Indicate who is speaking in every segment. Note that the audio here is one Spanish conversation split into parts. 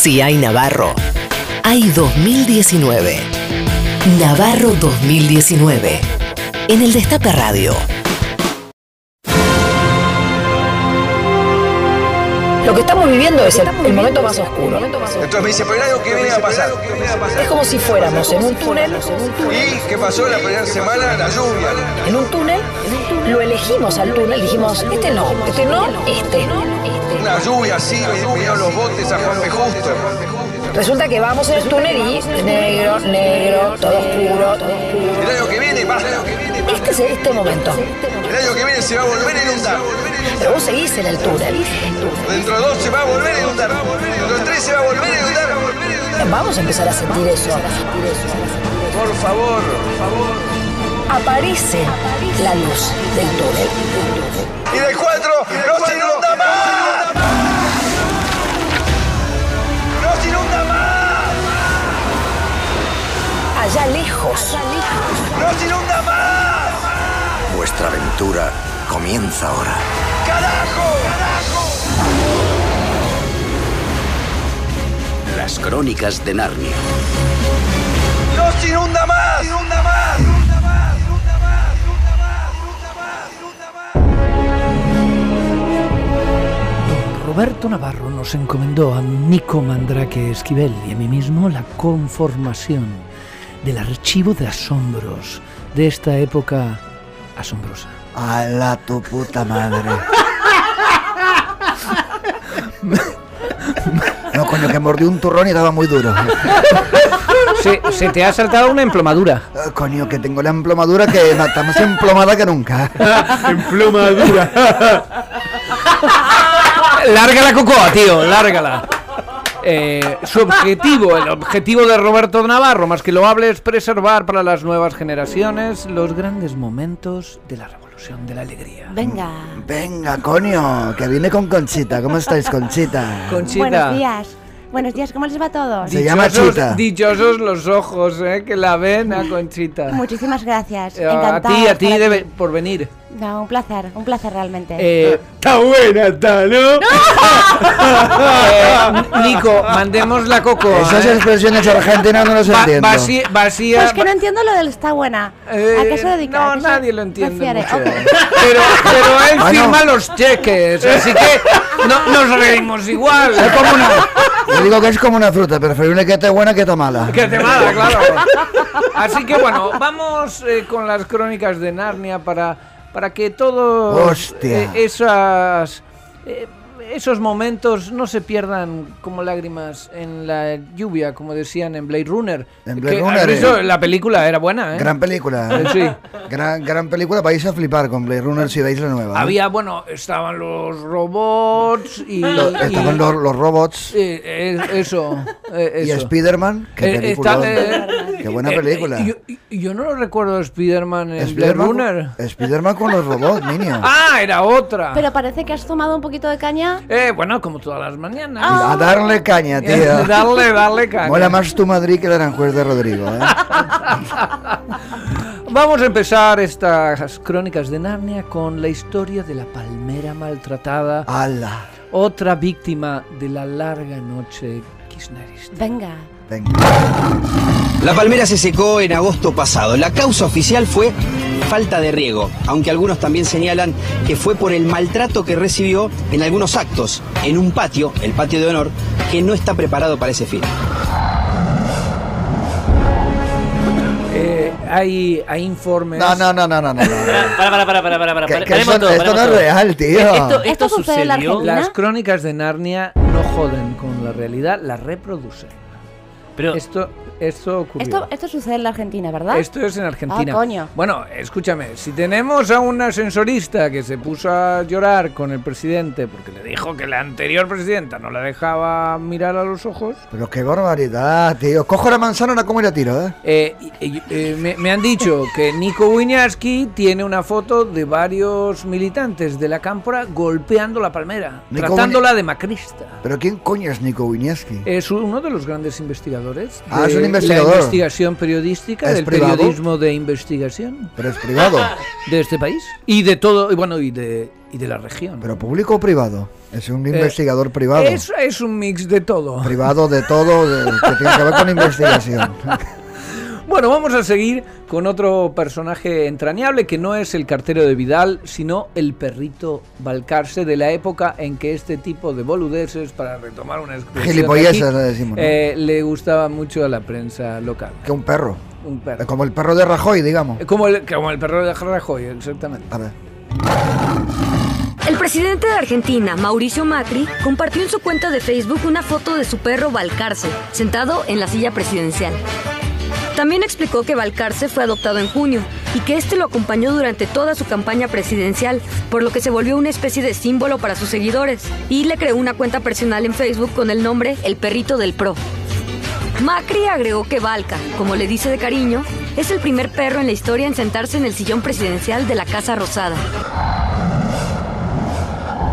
Speaker 1: CI Navarro. Hay 2019. Navarro 2019. En el Destape Radio.
Speaker 2: Lo que estamos viviendo es el, el momento más oscuro.
Speaker 3: Entonces me dice, pero era algo que viene a pasar.
Speaker 2: Es como si fuéramos en un túnel,
Speaker 3: ¿Y qué pasó la primera semana? La lluvia.
Speaker 2: en un túnel, lo elegimos al túnel, dijimos, este no, este no, este.
Speaker 3: Una lluvia así, me vinieron los botes a Juan P. Justo.
Speaker 2: Resulta que vamos en el túnel y negro, negro, todo oscuro, todo oscuro.
Speaker 3: El año que viene, va.
Speaker 2: Este es este momento.
Speaker 3: El año que viene se va a volver a inundar.
Speaker 2: Pero vos seguís en el túnel.
Speaker 3: Dentro de dos se va a volver a inundar. Dentro de tres se va a volver a inundar.
Speaker 2: Vamos a empezar a sentir eso.
Speaker 3: Por favor,
Speaker 2: Aparece la luz del túnel.
Speaker 3: Y del cuatro, no se inunda más. No se inunda más.
Speaker 2: Allá lejos,
Speaker 3: No se inunda más.
Speaker 4: Vuestra aventura comienza ahora.
Speaker 3: Carajo.
Speaker 4: Las crónicas de Narnia.
Speaker 3: No se inunda más. Inunda más. Inunda más. Inunda más. Inunda más. Inunda más. Inunda más.
Speaker 5: Roberto Navarro nos encomendó a Nico Mandrake Esquivel y a mí mismo la conformación del archivo de asombros de esta época asombrosa.
Speaker 6: A la tu puta madre. No, coño, que mordí un turrón y estaba muy duro.
Speaker 7: Se, se te ha saltado una emplomadura.
Speaker 6: Eh, Coño, que tengo la emplomadura que está más emplomada que nunca.
Speaker 7: Lárgala, Cocoa, tío, lárgala. Eh, su objetivo, el objetivo de Roberto Navarro, más que lo hable, es preservar para las nuevas generaciones los grandes momentos de la revolución de la alegría.
Speaker 8: Venga.
Speaker 6: Venga, coño, que vine con Conchita. ¿Cómo estáis, Conchita?
Speaker 7: Conchita.
Speaker 8: Buenos días. Buenos días, ¿cómo les va a todos?
Speaker 6: Sí. Se llama
Speaker 7: Dichosos-
Speaker 6: Chita.
Speaker 7: Dichosos los ojos, eh, que la ven a Conchita.
Speaker 8: Muchísimas gracias.
Speaker 7: Eh,
Speaker 8: Encantada.
Speaker 7: a ti, a
Speaker 8: de
Speaker 7: ti
Speaker 8: estar
Speaker 7: debe-
Speaker 8: aquí.
Speaker 7: por venir.
Speaker 8: No, un placer, un placer realmente.
Speaker 7: Eh,
Speaker 5: Está buena, está, ¿no?
Speaker 7: eh, Nico, mandemos la Coco. ¿eh?
Speaker 6: Esas expresiones argentinas no las entiendo.
Speaker 7: vacía, vacía.
Speaker 8: pues que no entiendo lo del está buena.
Speaker 7: Eh,
Speaker 8: ¿A qué se dedica?
Speaker 7: No,
Speaker 8: ¿A qué se
Speaker 7: nadie lo entiende.
Speaker 8: refiere?
Speaker 7: mucho.
Speaker 8: Ok.
Speaker 7: Pero, pero él
Speaker 6: Bueno.
Speaker 7: firma los cheques, así que no, nos reímos igual.
Speaker 6: Es como una... Yo digo que es como una fruta, preferible que esté buena que esté mala.
Speaker 7: Que te mala, claro. Así que bueno, vamos eh, con las crónicas de Narnia para, para que todos
Speaker 6: Hostia.
Speaker 7: eh, esas, eh, esos momentos no se pierdan como lágrimas en la lluvia, como decían en Blade Runner.
Speaker 6: En Blade
Speaker 7: Que, ¿has
Speaker 6: Runner,
Speaker 7: visto?
Speaker 6: eh.
Speaker 7: la película era buena, ¿eh?
Speaker 6: Gran película.
Speaker 7: Eh, sí.
Speaker 6: Gran, gran película, vais a flipar con Blade Runner si veis la nueva. ¿eh?
Speaker 7: Había, bueno, estaban los robots y...
Speaker 6: Lo-
Speaker 7: y-
Speaker 6: Estaban los, los robots
Speaker 7: eh, eh, eso, eh,
Speaker 6: y
Speaker 7: eso.
Speaker 6: Spider-Man. Qué
Speaker 7: Eh,
Speaker 6: película.
Speaker 7: está, eh,
Speaker 6: Qué buena
Speaker 7: eh,
Speaker 6: película.
Speaker 7: eh, yo, yo no lo recuerdo de Spider-Man en Blade
Speaker 6: Spider-Man
Speaker 7: Runner.
Speaker 6: con- Spider-Man con los robots, niño.
Speaker 7: Ah, era otra.
Speaker 8: Pero parece que has tomado un poquito de caña.
Speaker 7: Eh, bueno, como todas las mañanas.
Speaker 8: Ah.
Speaker 6: A darle caña, tío.
Speaker 7: Dale, dale, caña.
Speaker 6: Mola más tu Madrid que el Aranjuez de Rodrigo. ¿eh?
Speaker 7: Vamos a empezar estas crónicas de Narnia con la historia de la palmera
Speaker 6: Ah.
Speaker 7: maltratada,
Speaker 6: ¡Hala!
Speaker 7: otra víctima de la larga noche kirchnerista.
Speaker 8: Venga.
Speaker 6: Venga.
Speaker 9: La palmera se secó en agosto pasado. La causa oficial fue falta de riego, aunque algunos también señalan que fue por el maltrato que recibió en algunos actos, en un patio, el patio de honor, que no está preparado para ese fin.
Speaker 7: Eh, hay, hay informes.
Speaker 6: No, no, no, no, no, no. no.
Speaker 10: Para, para, para, para, para, para.
Speaker 6: Que- que
Speaker 10: paremos
Speaker 6: eso-
Speaker 10: todo,
Speaker 6: esto
Speaker 10: paremos
Speaker 6: no es
Speaker 10: todo.
Speaker 6: real, tío.
Speaker 10: Esto,
Speaker 8: ¿Esto
Speaker 10: esto
Speaker 8: sucede en la
Speaker 10: sucedió,
Speaker 8: Argentina?
Speaker 7: Las crónicas de Narnia no joden con la realidad, la reproducen.
Speaker 10: pero
Speaker 7: Esto, esto ocurrió.
Speaker 8: Esto, esto sucede en la Argentina, ¿verdad?
Speaker 7: Esto es en Argentina.
Speaker 8: Ah, coño.
Speaker 7: Bueno, escúchame, si tenemos a un ascensorista que se puso a llorar con el presidente porque le dijo que la anterior presidenta no la dejaba mirar a los ojos,
Speaker 6: Pero qué barbaridad, tío. Cojo la manzana y la como y la tiro, ¿eh?
Speaker 7: eh, y- y- eh, me, me han dicho que Nico Wiñaski tiene una foto de varios militantes de la cámpora golpeando la palmera,
Speaker 6: Nico
Speaker 7: tratándola de macrista.
Speaker 6: Pero ¿quién coño es Nico Winiaski?
Speaker 7: Es uno de los grandes investigadores
Speaker 6: Ah,
Speaker 7: de
Speaker 6: es un investigador.
Speaker 7: la investigación periodística,
Speaker 6: ¿Es
Speaker 7: del
Speaker 6: privado?
Speaker 7: periodismo de investigación.
Speaker 6: Pero es privado.
Speaker 7: de este país y de todo y bueno y de y de la región
Speaker 6: Pero público o privado. Es un investigador privado.
Speaker 7: Eh, Es, es un mix de todo.
Speaker 6: Privado de todo, de- que tiene que ver con investigación.
Speaker 7: Bueno, vamos a seguir con otro personaje entrañable que no es el cartero de Vidal, sino el perrito Balcarce de la época en que este tipo de boludeces, para retomar una exclusión de
Speaker 6: Gilipolleces,
Speaker 7: aquí,
Speaker 6: le decimos, ¿no?
Speaker 7: eh, le gustaba mucho a la prensa local.
Speaker 6: Que un perro.
Speaker 7: Un perro.
Speaker 6: Como el perro de Rajoy, digamos.
Speaker 7: Eh, Como el, como el perro de Rajoy, exactamente.
Speaker 6: A ver.
Speaker 11: El presidente de Argentina, Mauricio Macri, compartió en su cuenta de Facebook una foto de su perro Balcarce, sentado en la silla presidencial. También explicó que Balcarce fue adoptado en junio y que este lo acompañó durante toda su campaña presidencial, por lo que se volvió una especie de símbolo para sus seguidores y le creó una cuenta personal en Facebook con el nombre El Perrito del Pro. Macri agregó que Balca, como le dice de cariño, es el primer perro en la historia en sentarse en el sillón presidencial de la Casa Rosada.
Speaker 6: Ah.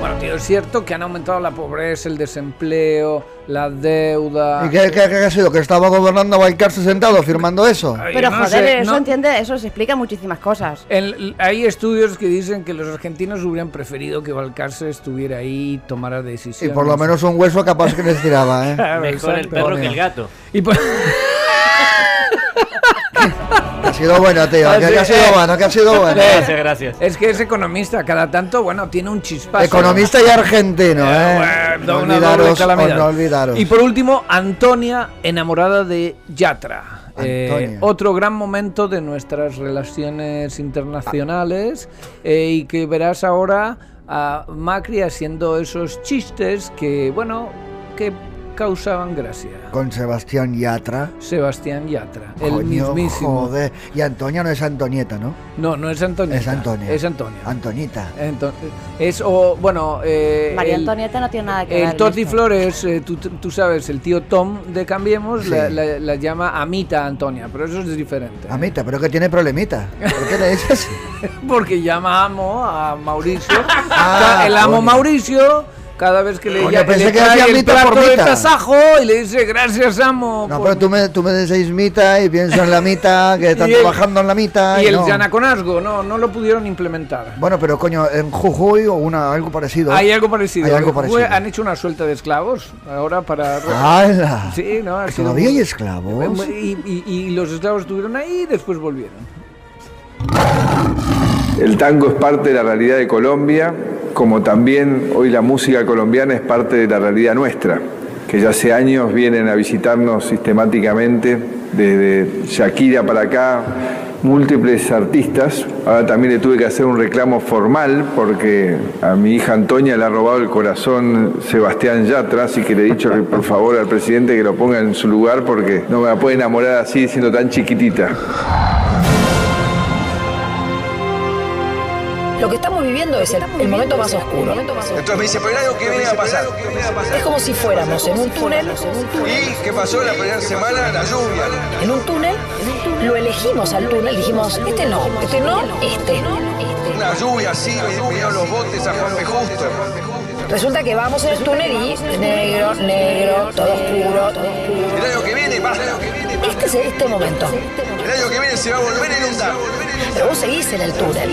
Speaker 7: Bueno, tío, es cierto que han aumentado la pobreza, el desempleo, la deuda.
Speaker 6: ¿Y qué, qué- qué ha sido? ¿Que estaba gobernando Balcarce sentado firmando eso?
Speaker 8: Pero
Speaker 7: no
Speaker 8: joder,
Speaker 7: sé,
Speaker 8: eso
Speaker 7: no-
Speaker 8: entiende, eso se explica muchísimas cosas.
Speaker 7: El- hay estudios que dicen que los argentinos hubieran preferido que Balcarce estuviera ahí y tomara
Speaker 6: Y
Speaker 7: decisiones.
Speaker 6: por lo menos un hueso capaz que les tiraba, ¿eh?
Speaker 7: Claro,
Speaker 10: Mejor el
Speaker 7: exacto.
Speaker 10: perro que el gato.
Speaker 7: Y por-
Speaker 6: Ha sido bueno, tío.
Speaker 7: Ah,
Speaker 6: Que,
Speaker 7: sí,
Speaker 6: que ha
Speaker 7: eh.
Speaker 6: sido bueno, que ha sido bueno. ¿eh?
Speaker 10: Gracias, gracias.
Speaker 7: Es que es economista, cada tanto, bueno, tiene un chispazo.
Speaker 6: Economista y argentino, ¿eh?
Speaker 7: Bueno,
Speaker 6: No
Speaker 7: una doble
Speaker 6: olvidaros, o
Speaker 7: calamidad.
Speaker 6: no olvidaros.
Speaker 7: Y por último, Antonia, enamorada de Yatra. Eh,
Speaker 6: Antonia.
Speaker 7: otro gran momento de nuestras relaciones internacionales eh, y que verás ahora a Macri haciendo esos chistes que, bueno, que causaban gracia.
Speaker 6: Con Sebastián Yatra.
Speaker 7: Sebastián Yatra, el
Speaker 6: Coño,
Speaker 7: mismísimo.
Speaker 6: Joder. Y Antonia no es Antonieta, ¿no?
Speaker 7: No, no es Antonia.
Speaker 6: Es Antonia.
Speaker 7: Es Antonia.
Speaker 6: Antonita.
Speaker 7: Ento- es, o, bueno, eh,
Speaker 8: María
Speaker 7: el-
Speaker 8: Antonieta no tiene nada que ver.
Speaker 7: El
Speaker 8: en
Speaker 7: Toti
Speaker 8: esto.
Speaker 7: Flores, eh, tú, tú sabes, el tío Tom de Cambiemos
Speaker 6: Sí.
Speaker 7: la, la- la llama Amita Antonia, pero eso es diferente.
Speaker 6: Amita, pero que tiene problemita. ¿Por qué le dices?
Speaker 7: Porque llama amo a Mauricio.
Speaker 6: Ah,
Speaker 7: Ca- el amo
Speaker 6: coño.
Speaker 7: Mauricio, cada vez que le,
Speaker 6: Coño,
Speaker 7: ya-
Speaker 6: pensé
Speaker 7: le
Speaker 6: que decía
Speaker 7: el
Speaker 6: Amita por
Speaker 7: plato de
Speaker 6: Mita.
Speaker 7: tasajo y le dice gracias amo.
Speaker 6: No,
Speaker 7: por-
Speaker 6: pero tú me, tú me decís mita y pienso en la mita, que están
Speaker 7: Y el-
Speaker 6: trabajando en la mita.
Speaker 7: y el
Speaker 6: no.
Speaker 7: Yanaconazgo, no, no lo pudieron implementar.
Speaker 6: Bueno, pero coño, en Jujuy o una, algo parecido. ¿eh?
Speaker 7: Hay algo parecido.
Speaker 6: Hay algo
Speaker 7: Fue-
Speaker 6: parecido.
Speaker 7: Han hecho una suelta de esclavos ahora para...
Speaker 6: ¡Hala!
Speaker 7: Sí, no, ha
Speaker 6: ¿Que
Speaker 7: sido
Speaker 6: ¿Todavía
Speaker 7: muy-
Speaker 6: hay esclavos?
Speaker 7: Y, y- y los esclavos estuvieron ahí y después volvieron.
Speaker 12: El tango es parte de la realidad de Colombia, como también hoy la música colombiana es parte de la realidad nuestra, que ya hace años vienen a visitarnos sistemáticamente, desde Shakira para acá, múltiples artistas. Ahora también le tuve que hacer un reclamo formal porque a mi hija Antonia le ha robado el corazón Sebastián Yatra, así que le he dicho que por favor al presidente que lo ponga en su lugar porque no me la puede enamorar así siendo tan chiquitita.
Speaker 2: Lo que estamos viviendo es el, el momento más oscuro.
Speaker 3: Entonces me dice, pero era algo que viene a pasar.
Speaker 2: Es como si fuéramos en un túnel,
Speaker 3: ¿Y qué pasó la primera semana? La lluvia.
Speaker 2: en un túnel, lo elegimos al túnel, dijimos, este no, este no, este.
Speaker 3: Una lluvia así, vinieron los botes a Juan P. Justo.
Speaker 2: Resulta que vamos en el túnel y negro, negro, todo oscuro, todo oscuro.
Speaker 3: El año que viene, va.
Speaker 2: Este es este momento.
Speaker 3: El año que viene se va a volver a inundar.
Speaker 2: Pero vos seguís en el túnel.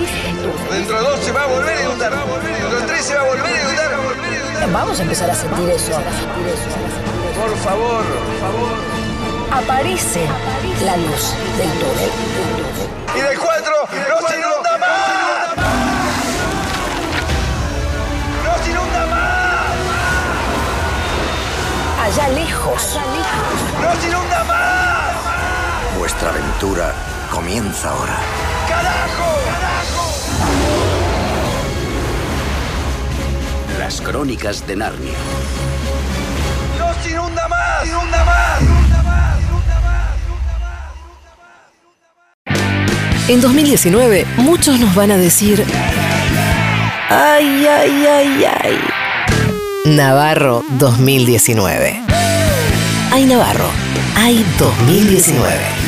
Speaker 3: Dentro de dos se va a volver a inundar. Dentro de tres se va a volver a inundar.
Speaker 2: Vamos a empezar a sentir eso.
Speaker 3: Por favor, por favor.
Speaker 2: Aparece la luz del túnel.
Speaker 3: Y del cuatro, no se inunda más. No se inunda más.
Speaker 2: Allá lejos.
Speaker 3: No se inunda más.
Speaker 4: Vuestra aventura comienza ahora.
Speaker 3: Carajo, carajo.
Speaker 4: Las crónicas de Narnia.
Speaker 3: No se inunda más. Inunda más. Inunda más. Inunda más.
Speaker 1: En 2019, muchos nos van a decir. ¡Ay, ay, ay, ay! Navarro 2019. ¡Ay, Navarro! ¡Ay, 2019!